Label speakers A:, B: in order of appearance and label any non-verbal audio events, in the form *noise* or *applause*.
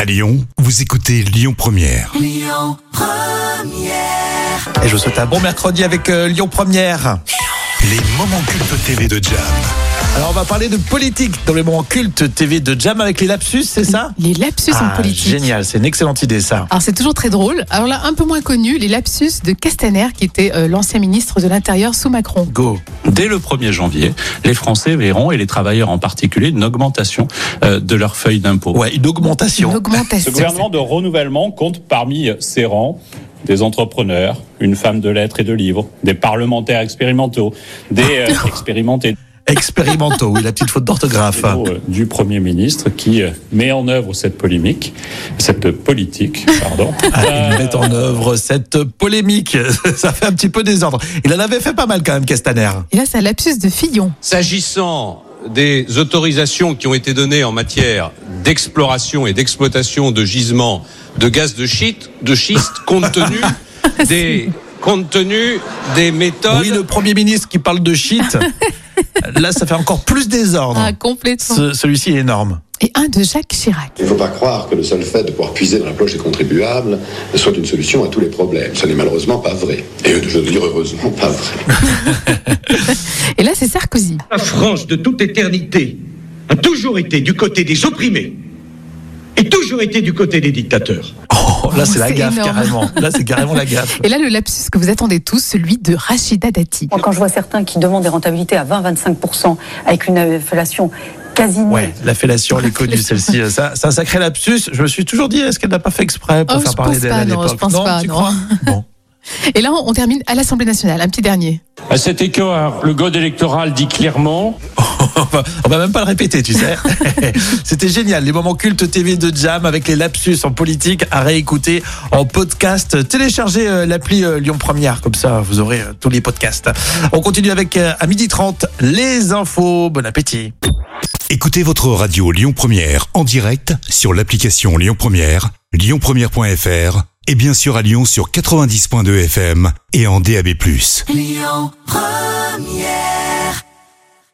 A: À Lyon, vous écoutez Lyon Première.
B: Et je vous souhaite un bon mercredi avec euh, Lyon Première.
A: Les moments cultes TV de Jam.
B: Alors on va parler de politique dans les moments cultes TV de Jam avec les lapsus, c'est ça
C: Les lapsus en
B: Ah,
C: politique.
B: Génial, c'est une excellente idée ça.
C: Alors c'est toujours très drôle. Alors là, un peu moins connu, les lapsus de Castaner, qui était euh, l'ancien ministre de l'Intérieur sous Macron.
B: Go.
D: Dès le 1er janvier, les Français verront, et les travailleurs en particulier, une augmentation euh, de leur feuille d'impôt.
B: Ouais, une
C: Une
B: augmentation.
C: augmentation.
E: Ce gouvernement de renouvellement compte parmi ses rangs des entrepreneurs, une femme de lettres et de livres, des parlementaires expérimentaux, des euh, expérimentés
B: Expérimentaux, oui, la petite faute
E: *laughs*
B: d'orthographe.
E: euh, du Premier ministre qui euh, met en œuvre cette polémique, cette politique, *laughs* pardon.
B: Ah, il met en œuvre cette polémique. *laughs* Ça fait un petit peu désordre. Il en avait fait pas mal quand même, Castaner.
C: Et là, c'est un lapsus de Fillon.
F: S'agissant des autorisations qui ont été données en matière d'exploration et d'exploitation de gisements de gaz de schiste, de schiste compte tenu des compte tenu des méthodes
B: Oui, le Premier ministre qui parle de
C: *laughs*
B: shit. Là, ça fait encore plus désordre.
C: Ah, complètement.
B: Ce- Celui-ci est énorme.
C: Et un de Jacques Chirac.
G: Il ne faut pas croire que le seul fait de pouvoir puiser dans la poche des contribuables soit une solution à tous les problèmes. Ce n'est malheureusement pas vrai. Et je veux dire heureusement pas vrai.
C: Et là, c'est Sarkozy.
H: La France de toute éternité a toujours été du côté des opprimés et toujours été du côté des dictateurs.
B: Oh, là, c'est la
C: C'est
B: gaffe
C: énorme.
B: carrément. Là, c'est carrément la gaffe.
C: Et là, le lapsus que vous attendez tous, celui de Rachida Dati.
I: Moi, quand je vois certains qui demandent des rentabilités à 20-25% avec une inflation quasi nulle,
B: Ouais, la fellation, elle est connue, celle-ci. Ça, C'est un sacré lapsus. Je me suis toujours dit, est-ce qu'elle n'a pas fait exprès pour
C: Oh,
B: faire
C: je
B: parler
C: pense
B: d'elle
C: pas,
B: à
C: non,
B: l'époque
C: je pense pas,
B: tu
C: non.
B: crois
C: *laughs*
B: Bon.
C: Et là, on on termine à l'Assemblée nationale. Un petit dernier.
E: À cet écart, hein, le code électoral dit clairement
B: on, va, on va même pas le répéter, tu
C: *laughs*
B: sais. C'était génial. Les moments cultes TV de Jam avec les lapsus en politique à réécouter en podcast. Téléchargez euh, l'appli euh, Lyon Première, comme ça vous aurez euh, tous les podcasts. On continue avec euh, à midi 30 les infos. Bon appétit.
A: Écoutez votre radio Lyon Première en direct sur l'application Lyon Première, lyonpremière.fr et bien sûr à Lyon sur 90.2 FM et en DAB+.